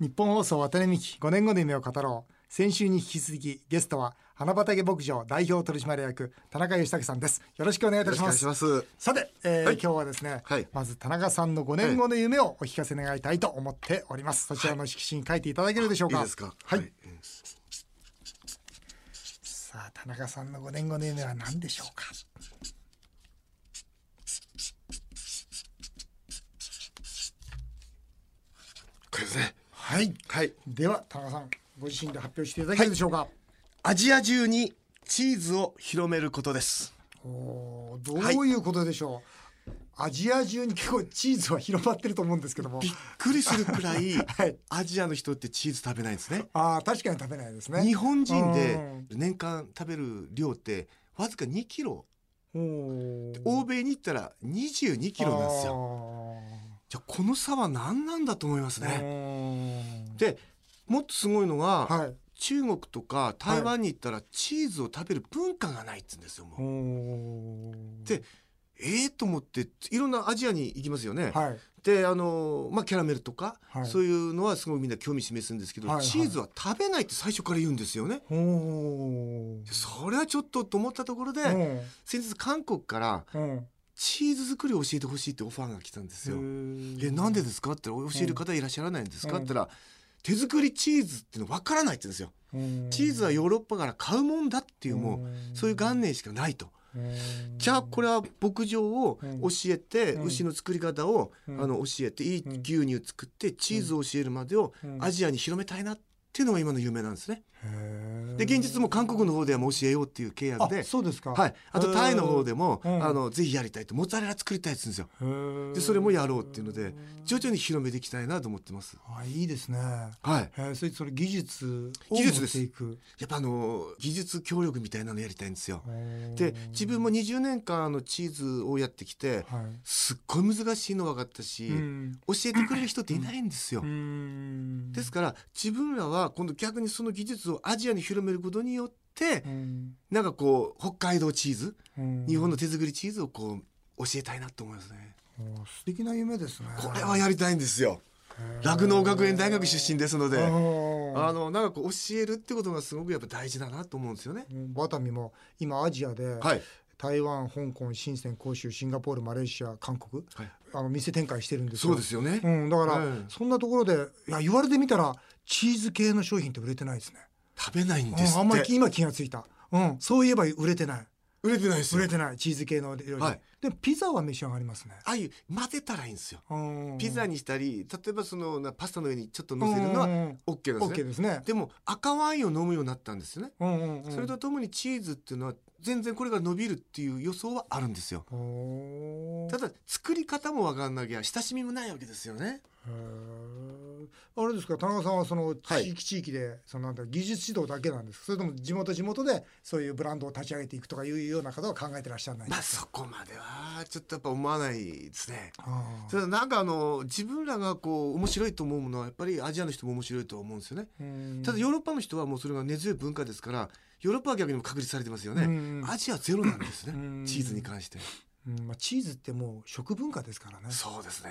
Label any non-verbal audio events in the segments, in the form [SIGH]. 日本放送渡辺美希5年後の夢を語ろう先週に引き続きゲストは花畑牧場代表取締役田中義武さんですよろしくお願いいたしますよろしくお願いしますさて、えーはい今日はですね、はいまず田中さんの5年後の夢をお聞かせ願いたいと思っておりますそちらの色紙に書いていただけるでしょうかいいですか。はい、えーさあ田中さんの5年後の夢は何でしょうかこれですね。はいはい。では田中さんご自身で発表していただけるでしょうか、アジア中にチーズを広めることです。おーどういうことでしょう、アジア中に結構チーズは広まってると思うんですけどもびっくりする [LAUGHS] くらい、はいアジアの人ってチーズ食べないんですね。ああ確かに食べないですね日本人でうん年間食べる量ってわずか2キロ。おー欧米に行ったら22キロなんですよ。じゃあこの差は何なんだと思いますあーね。うーんで、もっとすごいのが、はい中国とか台湾に行ったらチーズを食べる文化がないって言うんですよ。もうおーでええと思っていろんなアジアに行きますよね。はいであの、まあ、キャラメルとか、はいそういうのはすごいみんな興味示すんですけど、はいはいチーズは食べないって最初から言うんですよね。おーそれはちょっとと思ったところで、先日韓国からうんうんチーズ作りを教えてほしいってオファーが来たんですよ。ええなんでですかって言ったら教える方いらっしゃらないんですかうっんて言ったら手作りチーズっていうの分からないって言うんですよ。チーズはヨーロッパから買うもんだっていうもうそういう概念しかないと。じゃあこれは牧場を教えて、うん牛の作り方を、うんあの教えていいうん牛乳作ってチーズを教えるまでをアジアに広めたいなっていうのが今の有名なんですね。で現実も韓国の方ではもう教えようっていう契約であ、そうですかはい、あとタイの方でも、うんあのぜひやりたいとモッツァレラ作りたいっつうんですよ。ででそれもやろうっていうので徐々に広めていきたいなと思ってます。あいいですねはい、えーそれそれ技術を技術持でっすていくやっぱあの技術協力みたいなのやりたいんですよ。でで自分も20年間あのチーズをやってきてはすっごい難しいの分かったし、いうん教えてくれる人っていないんですよ。うんですから自分らは今度逆にその技術をアジアに広めることによってうんなんかこう北海道チーズうん日本の手作りチーズをこう教えたいなと思いますね。おー素敵な夢ですねこれはやりたいんですよ。へー酪農学園大学出身ですので。うんあのなんかこう教えるってことがすごくやっぱ大事だなと思うんですよね。ワタミも今アジアで、はい、台湾香港深セン広州シンガポールマレーシア韓国はい、あの店展開してるんですよそうですよね。うん、だから、うんそんなところでいや言われてみたらチーズ系の商品って売れてないですね、食べないんうんですって。あんまり今気がついた、うん、そういえば売れてない売れてないです売よれ。てないチーズ系の料理、はいでもピザは召し上がりますね、ああいう混ぜたらいいんですよ。うん、ピザににしたり例えばそのなパスタの上にちょっと乗せるのは OK なんですね。 OK ですねでも赤ワインを飲むようになったんですよね。うんうんうんそれとともにチーズっていうのは全然これが伸びるっていう予想はあるんですよ。おーただ作り方もわかんなきゃ親しみもないわけですよね。へーあれですか田中さんはそのはい地域地域で、そのなんだろう技術指導だけなんですかそれとも地元地元でそういうブランドを立ち上げていくとかいうような方は考えてらっしゃらないんでまあすそこまではちょっとやっぱ思わないですね。か、あただなんかあの自分らがこう面白いと思うものはやっぱりアジアの人も面白いと思うんですよね。ーただヨーロッパの人はもうそれが根強い文化ですからヨーロッパは逆にも確立されてますようね。んアジアゼロなんですうねんチーズに関して。うんまあ、チーズってもう食文化ですからねそうですね。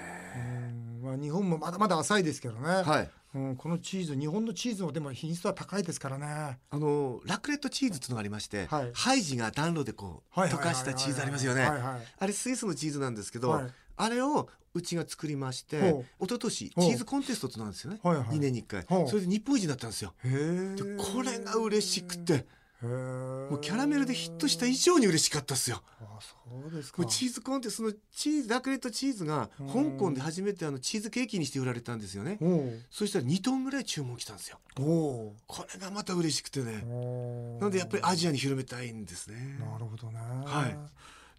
うんまあ、日本もまだまだ浅いですけどね、はい。うん、このチーズ日本のチーズもでも品質は高いですからねあのラクレットチーズっていうのがありまして、はいハイジが暖炉でこうはいはいはい溶かしたチーズありますよね。はいはいあれスイスのチーズなんですけど、はいあれをうちが作りましてほ一昨年チほうーズコンテストってのなんですよね、はいはい2年に1回ほうそれで日本一になったんですよへでーこれが嬉しくてへーもうキャラメルでヒットした以上に嬉しかったですよあそうですかもうチーズコンテストのチーズラクレットチーズがうん香港で初めてあのチーズケーキにして売られたんですよねおうそしたら2トンぐらい注文来たんですよおうこれがまた嬉しくてねおーなんでやっぱりアジアに広めたいんですねなるほどね。はい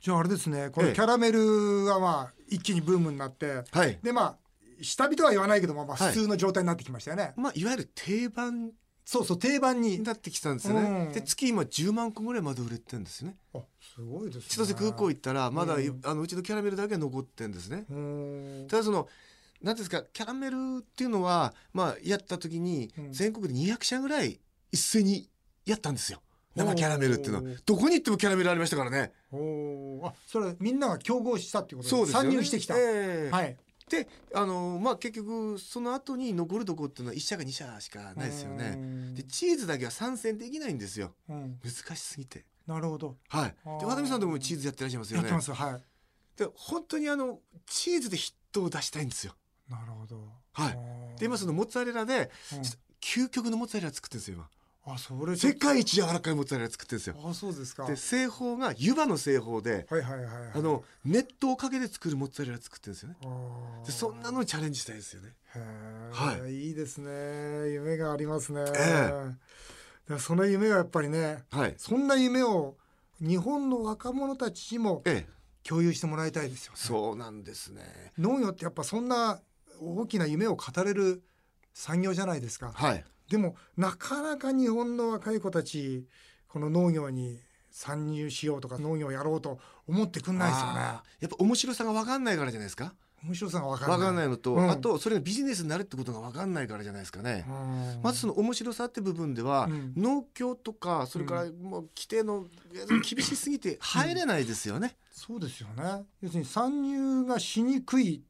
じゃああれですね、このええキャラメルがまあ一気にブームになって、はいでまあ下火とは言わないけども、まあはい普通の状態になってきましたよね。まあいわゆる定番そうそう定番にに。なってきたんですよね、うんで月今10万個ぐらいまで売れてるんですよねあすごいですね。千歳空港行ったらまだ、ううんあのうちのキャラメルだけは残ってんですね、うーん。ただその何ですかキャラメルっていうのはまあやった時にうん全国で200社ぐらい一斉にやったんですよ生キャラメルっていうのおはーどこに行ってもキャラメルありましたからねおーあそれみんなが競合したっていうことそうですよね参入してきた。ええはい。であのまあ結局その後に残るとこっていうのは1社か2社しかないですようね。んでチーズだけは参戦できないんですようん難しすぎて。なるほど。はいあ、ーで渡辺さんともチーズやってらっしゃいますやよっねて。ます。はい。で本当にあのチーズでヒットを出したいんですよ。なるほど。はい、いで今そのモッツァレラでうん究極のモッツァレラ作ってるんですよ今。あ、それちょっ世界一柔らかいモッツァレラ作ってるんですよ。と。あ、そうですか。で製法が湯葉の製法ではいはいはいはい。あの熱湯かけて作るモッツァレラ作ってるんですよね。あー、でそんなのにチャレンジしたいですよね。へー。はいいいですね。夢がありますね。えでその夢はやっぱりね、はい。そんな夢を日本の若者たちにもええ、共有してもらいたいですよね。そうなんですね。農業ってやっぱそんな大きな夢を語れる産業じゃないですか。はい。でもなかなか日本の若い子たちこの農業に参入しようとか農業をやろうと思ってくんないですよね。あーやっぱ面白さが分かんないからじゃないですか。面白さがわかんない。。分かんないいのと、うんあとそれがビジネスになるってことが分かんないからじゃないですかね。まずその面白さって部分では、うん農協とかそれからもう規定の厳しすぎて入れないですよね。そうですよね。要するに参入がしにくい。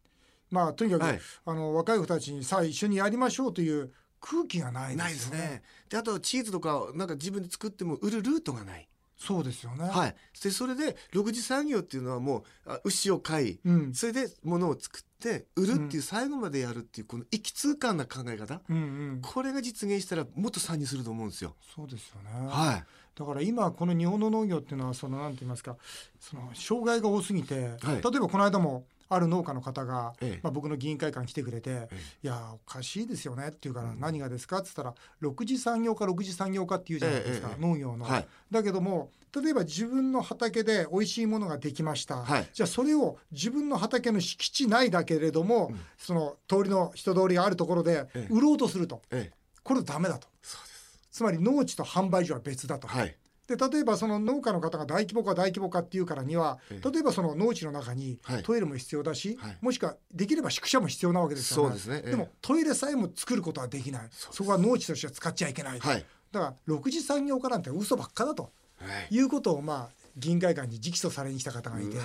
まあとにかく、はいあの若い子たちにさあ一緒にやりましょうという空気がないないでですすよね。ね。であとチーズとかなんか自分で作っても売るルートがない。そうですよね。はい。でそれで6次産業っていうのはもうあ牛を飼いうん。それで物を作って売るっていう最後までやるっていうこの一気通貫な考え方うんうん。これが実現したらもっと参入すると思うんですよ。そうですよね。はだから今この日本の農業っていうのはそのなんて言いますかその障害が多すぎて、はい例えばこの間もある農家の方が、ええまあ、僕の議員会館に来てくれて、えいやおかしいですよねっていうから、うん何がですかって言ったら6次産業化6次産業化っていうじゃないですか、ええええ農業の、はいだけども例えば自分の畑で美味しいものができました、はいじゃあそれを自分の畑の敷地内だけれども、うんその通りの人通りがあるところでええ売ろうとすると、ええこれダメだとそうです。つまり農地と販売所は別だと。はい。で例えばその農家の方が大規模化大規模化っていうからにはええ例えばその農地の中にはいトイレも必要だし、はいもしくはできれば宿舎も必要なわけですよねそうですねええもトイレさえも作ることはできないそうそですこは農地としては使っちゃいけない、はい。だから6次産業化なんて嘘ばっかだとはいいうことをまあ議員会館に直訴されに来た方がいてうわ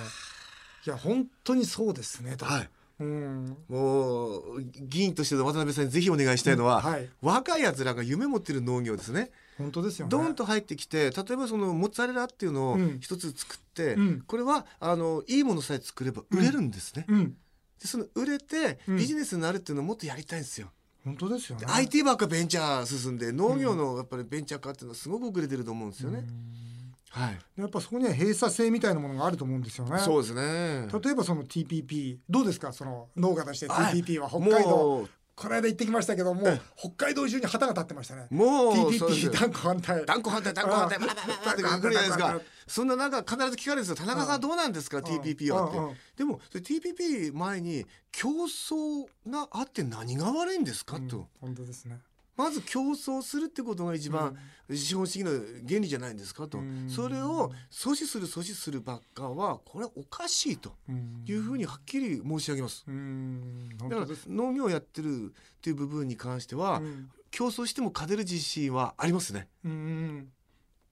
いや本当にそうですねと、はい。うんもう議員としての渡辺さんにぜひお願いしたいのは、はい若い奴らが夢持ってる農業ですね。本当ですよねドンと入ってきて例えばそのモッツァレラっていうのをうん一つ作って、うんこれはあのいいものさえ作れば売れるんですね。うんでその売れてうんビジネスになるっていうのをもっとやりたいんですよ。本当ですよねで IT ばっかベンチャー進んで農業のやっぱりベンチャー化っていうのはすごく遅れてると思うんですよね。はい。やっぱそこには閉鎖性みたいなものがあると思うんですよねそうですね。例えばその TPP どうですかその農家としてはい TPP は北海道もうこの間行ってきましたけどもえ北海道中に旗が立ってましたねもうそうで TPP すよ断固反対断固反対断固反対バラバラバラって来るじゃないです断固反か対そんな中必ず聞かれるんですよ田中さんどうなんですか TPP はうんうっんてでもそれ TPP 前に競争があって何が悪いんですかうんと本当ですねまず競争するってことが一番資本主義の原理じゃないんですかとうんそれを阻止する阻止するばっかはこれおかしいとうんいうふうにはっきり申し上げますうん本だか当らです農業をやってるっていう部分に関してはうん競争しても勝てる自信はありますねうん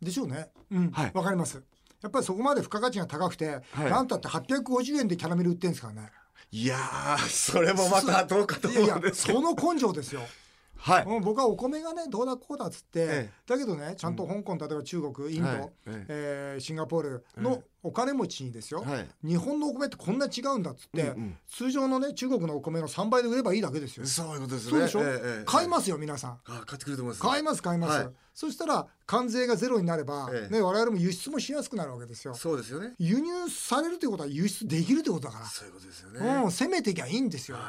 でしょうねうんはいわかりますやっぱりそこまで付加価値が高くてはいなんたって850円でキャラメル売ってんですからねいやーそれもまたどうかといやい思やうんですけどその根性ですよはいうん僕はお米がねどうだこうだっつって、ええだけどねちゃんと香港例えば中国インド、はいえええーシンガポールえのえお金持ちにですよ、はい日本のお米ってこんな違うんだっつって、うんうん通常のね中国のお米の3倍で売ればいいだけですよ。そういうことですね。。そうでしょ、買いますすよ皆さん。あ買ってくると思います。買います買います、はいそしたら関税がゼロになれば、ええね、我々も輸出もしやすくなるわけですよ。そうですよね。輸入されるということは輸出できるということだかそういうことですよね。ら、うん、攻めていきゃいいんですよ。はい。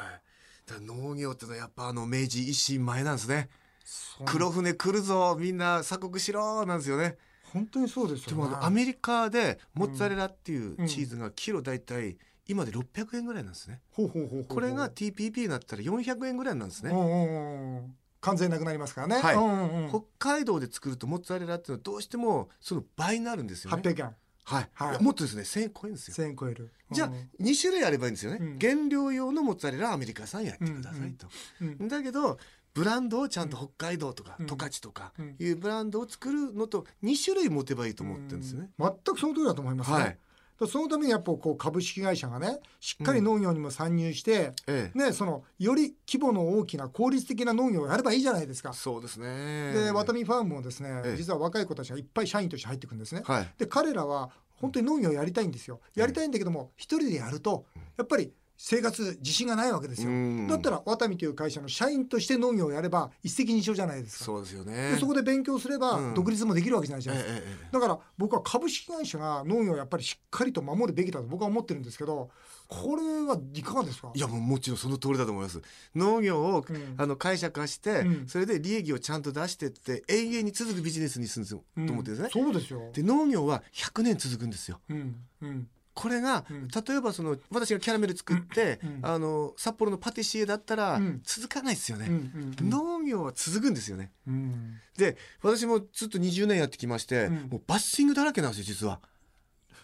だから農業ってのはやっぱあの明治維新前なんですね。そう黒船来るぞみんな鎖国しろなんですよね。本当にそうですでよ、ね。もあのアメリカでモッツァレラっていううんチーズがキロだいたい今で600円ぐらいなんですね。ほうほうほうほうほうこれが TPP になったら400円ぐらいなんですうね。んうんうん、完全なくなりますからね。はいうんうんうん北海道で作るとモッツァレラっていうのはどうしてもその倍になるんですよね。 800円、はい。はいいやもっとですね1000円超えるんですよ。 1000円超える。じゃあ2種類あればいいんですよね、うん原料用のモッツァレラはアメリカ産やってくださいと、うんうんだけどブランドをちゃんと北海道とかうん十勝とかうんいうブランドを作るのと2種類持てばいいと思ってるんですよね、うん全くその通りだと思いますね。はいらそのためにやっぱこう株式会社がねしっかり農業にも参入して、ええ、ね、そのより規模の大きな効率的な農業をやればいいじゃないですか。そうですね。でワタミファームもですねええ実は若い子たちがいっぱい社員として入ってくるんですね。はい。で彼らは本当に農業をやりたいんですよ。やりたいんだけども一人でやるとやっぱり生活自信がないわけですよ。だったら、らワタミという会社の社員として農業をやれば一石二鳥じゃないですか。そうですよでね。そこで勉強すれうばん独立もできるわけじゃないじえゃえ、なえいですか。えええ、だから僕は株式会社が農業をやっぱりしっかりと守るべきだと僕は思ってるんですけどこれはいかがですかいやもうもちろんその通りだと思います。農業を、うんあの会社化して、うんそれで利益をちゃんと出してって永遠に続くビジネスにするんですよ、うんと思ってるんですね。そうですよ。で農業は100年続くんですよ。うんうんこれが、うん例えばその私がキャラメル作って、うんうんあの札幌のパティシエだったら、うん続かないですようね、んうん農業は続くんですよね。うんで私もずっと20年やってきまして、うんもうバッシングだらけなんですよ実は。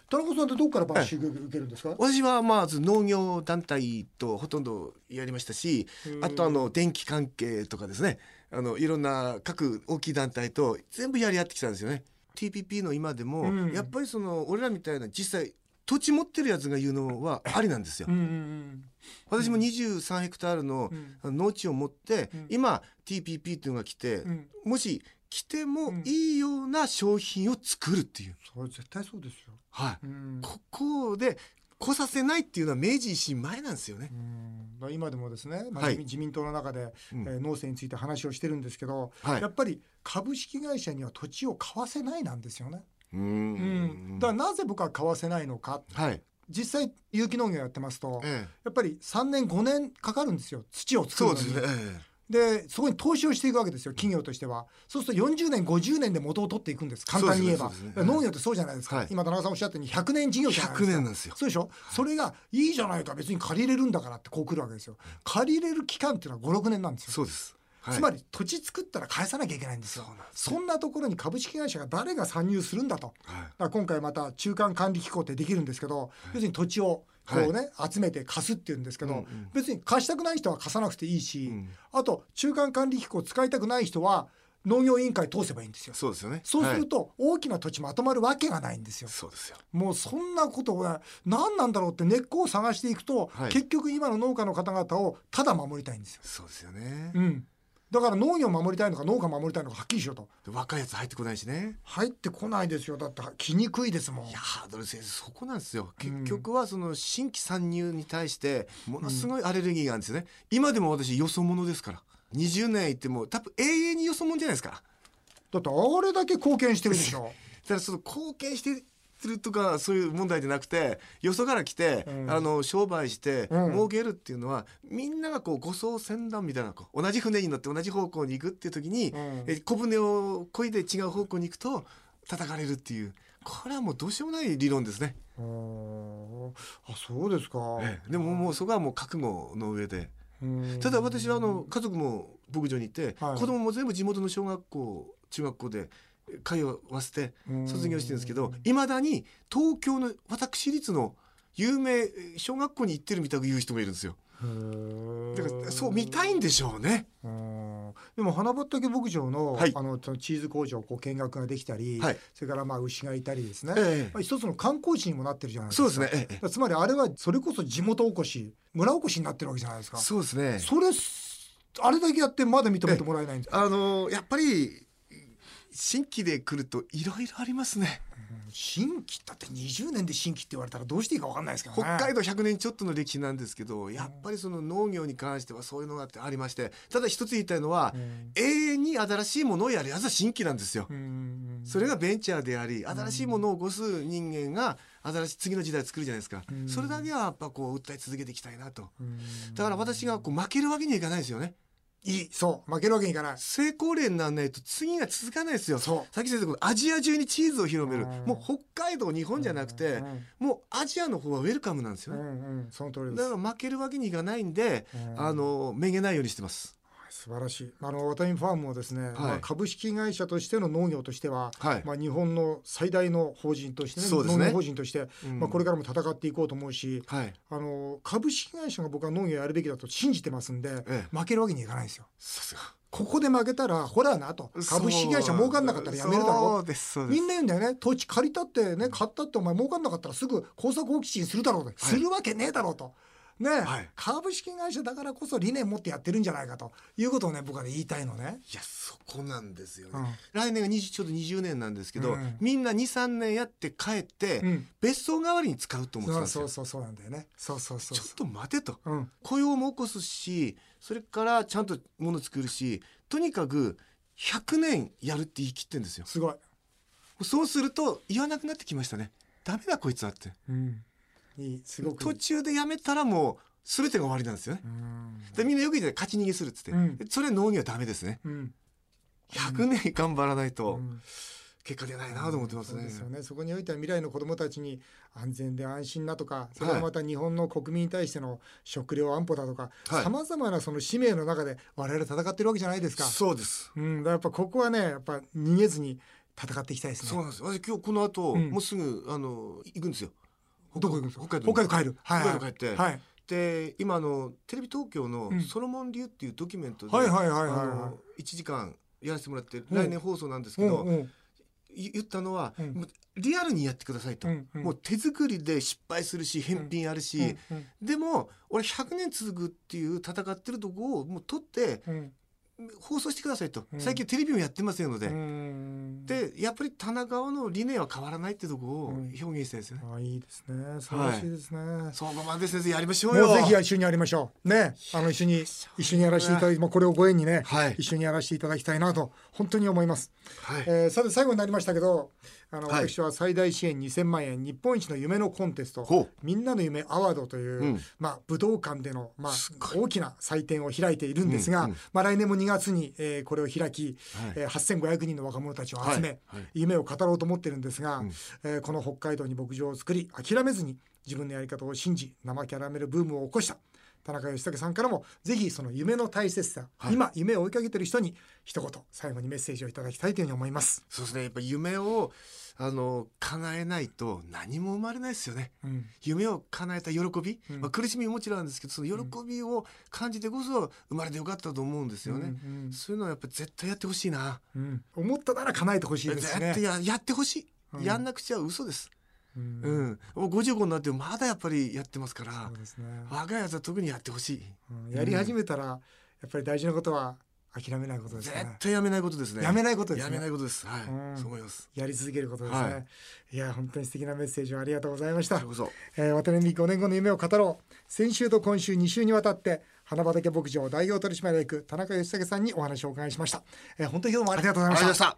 田中さんってどこからバッシング受けるんですか、私はまず農業団体とほとんどやりましたしあとあの電気関係とかですねあのいろんな各大きい団体と全部やり合ってきたんですよね。TPP の今でも、うんやっぱりその俺らみたいな実際土地持ってるやつが言うのはありなんですよう。んうん私も23ヘクタールのうん農地を持って、うん今 TPP っていうのが来て、うんうんもし来てもいいような商品を作るっていう、それ絶対そうですよ。はいうんここで来させないっていうのは明治維新前なんですよねう。んだから今でもですね、まあは自い民自民党の中で、うんえー農政について話をしてるんですけど、はいやっぱり株式会社には土地を買わせないなんですよね。ううん、だからなぜ僕は買わせないのかはい、実際有機農業やってますとええやっぱり3年5年かかるんですよ土を作るそのうにですね、でそこに投資をしていくわけですよ企業としてはそうすると40年50年で元を取っていくんです簡単に言えば、そうですねそうですだねから農業ってそうじゃないですか、はい今田中さんおっしゃったように100年事業じゃないです100か年なんですよ。そうでしょ、それがいいじゃないか別に借りれるんだからってこう来るわけですよ借りれる期間っていうのは56年なんですよそうです、はい、つまり土地作ったら返さなきゃいけないんですよそうなんですそんなところに株式会社が誰が参入するんだとだはいから今回また中間管理機構ってできるんですけど、要するに土地をこうね、集めて貸すっていうんですけど、うんうん別に貸したくない人は貸さなくていいし、うんあと中間管理機構を使いたくない人は農業委員会通せばいいんですよ。そうですよね。そうすはるいと大きな土地まとまるわけがないんですよ。そうですよ。もうそんなことは何なんだろうって根っこを探していくと、はい結局今の農家の方々をただ守りたいんですよ。そうですよねう。ん、だから農業を守りたいのか農家を守りたいのかはっきりしようとで若いやつ入ってこないしね。入ってこないですよだって来にくいですもんいや。ハードル先生そこなんですようん結局はその新規参入に対してものすごいアレルギーがあるんですよね、今でも私よそ者ですから20年いっても多分永遠によそ者じゃないですかだってあれだけ貢献してるでしょ。だからその貢献してるとかそういう問題じゃなくてよそから来て、うんあの商売してうん儲けるっていうのは、みんながこう護送船団みたいなこう同じ船に乗って同じ方向に行くっていう時に、うん [LAUGHS] え小舟を漕いで違う方向に行くと叩かれるっていうこれはもうどうしようもない理論ですね。あーあそうですか。ええでももうそこはもう覚悟の上でうんただ私はあの家族も牧場にいて、はい子供も全部地元の小学校中学校で通わせて卒業してるんですけどいまだに東京の私立の有名えー小学校に行ってるみたく言う人もいるんですようんだからそう見たいんでしょうねうんでも花畑牧場の,、はいあのそのチーズ工場をこう見学ができたり、はいそれからまあ牛がいたりですね、えまあ一つの観光地にもなってるじゃないですそかうですねえええつまりあれはそれこそ地元おこし村おこしになってるわけじゃないですえかそうですねそれあれだけやってまだ認めてもらえないんですあのやっぱり新規で来るといろいろありますね新規だって20年で新規って言われたらどうしていいか分かんないですけどね北海道100年ちょっとの歴史なんですけどやっぱりその農業に関してはそういうのがあってありましてただ一つ言いたいのはうん永遠に新しいものをやるやつは新規なんですよ。うんそれがベンチャーであり新しいものを起こす人間が新しい次の時代を作るじゃないですかうんそれだけはやっぱこう訴え続けていきたいなとうんだから私がこう負けるわけにはいかないですよねいいそう負けるわけにいかない成功例にならないと次が続かないですよさそうっき先生このアジア中にチーズを広めるうんもう北海道日本じゃなくてもうアジアの方はウェルカムなんですうよんねうんうんその通りでだすから負けるわけにいかないんで、うんあのめげないようにしてます。素晴らしいあのワタミファームもですね、まあ株式会社としての農業としては、はいまあ、日本の最大の法人として、ねそうですね農業法人として、うんまあ、これからも戦っていこうと思うしはい。あの株式会社が僕は農業やるべきだと信じてますんでええ負けるわけにいかないですよ。さすが。ここで負けたらほらなと株式会社儲かんなかったらやめるだそろうですそうですみんな言うんだよね土地借りたってね買ったってお前儲かんなかったらすぐ工作放棄地にするだろうと、するわけねえだろうと。ねはい株式会社だからこそ理念持ってやってるんじゃないかということをね僕はね言いたいのね。いやそこなんです [LAUGHS] よね、うん来年が20ちょうど20年なんですけど、うんみんな23年やって帰って、うん別荘代わりに使うと思ってたそんうですそようそうそうなんだよね。そうそうそうちょっと待てとそう。うん雇用も起こすしそれからちゃんと物作るしとにかく100年やるって言い切ってんですよすごい。そうすると言わなくなってきましたねダメだこいつはってうんいいすごくいい途中でやめたらもう全てが終わりなんですよねうんでみんなよく言ってた勝ち逃げするっつって、うんそれ農業はダメですねうん100年頑張らないとうん結果出ないなと思ってますそうね、ですよね。そこにおいては未来の子どもたちに安全で安心なとか、それからまた日本の国民に対しての食料安保だとか、はいさまざまなその使命の中で我々戦ってるわけじゃないですか。そうですうん、だからやっぱここはね、やっぱ逃げずに戦っていきたいですね。そうなんです私今日この後、うんもうすぐあの行くんですよどこ行くんですか北海道に北海道帰る。はい、北海は道帰って、い。はい。で今あのテレビ東京のうん「ソロモン流」っていうドキュメントで、はいはいはいはいあはの1時間やらせてもらってん来年放送なんですい。けど、うんうんい言ったのは、うんもうリアルにやってくださいと、うんうんもう手作りで失敗するし返品あるし、うんでも俺100年続くっていう戦ってるとこをもう取ってうん放送してくださいと、うん最近テレビもやってますので、うんでやっぱり棚川の理念は変わらないってとこをうん表現したいですよね、ああいいですね。素晴らしいですね。そこまで先生やりましょうよもうぜひ一緒にやりましょう。ね、あの一緒に一緒にやらせていただき、まあこれをご縁にね、はい一緒にやらせていただきたいなと本当に思います。はいえーさて最後になりましたけど、あの、はい私は最大支援2000万円日本一の夢のコンテスト。ほうみんなの夢アワードという、うんまあ、武道館での、まあす、大きな祭典を開いているんですが、うんうんまあ、来年も2月に、えーこれを開き、はいえー8500人の若者たちを集め、はいはい夢を語ろうと思ってるんですが、うんえーこの北海道に牧場を作り諦めずに自分のやり方を信じ生キャラメルブームを起こした田中義武さんからもぜひその夢の大切さ、はい今夢を追いかけてる人に一言最後にメッセージをいただきたいというふうに思います。そうですね。やっぱ夢をあの叶えないと何も生まれないですよね。うん夢を叶えた喜び、うんまあ、苦しみももちろんなんですけど、その喜びを感じてこそ生まれてよかったと思うんですよね。うんそういうのはやっぱ絶対やってほしいな。うん思ったなら叶えてほしいですし絶ね対。ややってほしい、うんやんなくちゃ嘘です。うんうん。もう55になってもまだやっぱりやってますかそらう、ですね、若いやつは特にやってほしい。うんやり始めたらやっぱり大事なことは諦めないことです絶ね。対やめないことですね。やめないことですやねめないことです。はい。うんそう思います。やり続けることですね。、はいや本当に素敵なメッセージをありがとうございましそたれ。こそ。えー、渡辺美5年後の夢を語ろう先週と今週2週にわたって花畑牧場代表取締役田中義武さんにお話をお伺いしました、えー、本当に今日もありがとうございましたありがとうございました。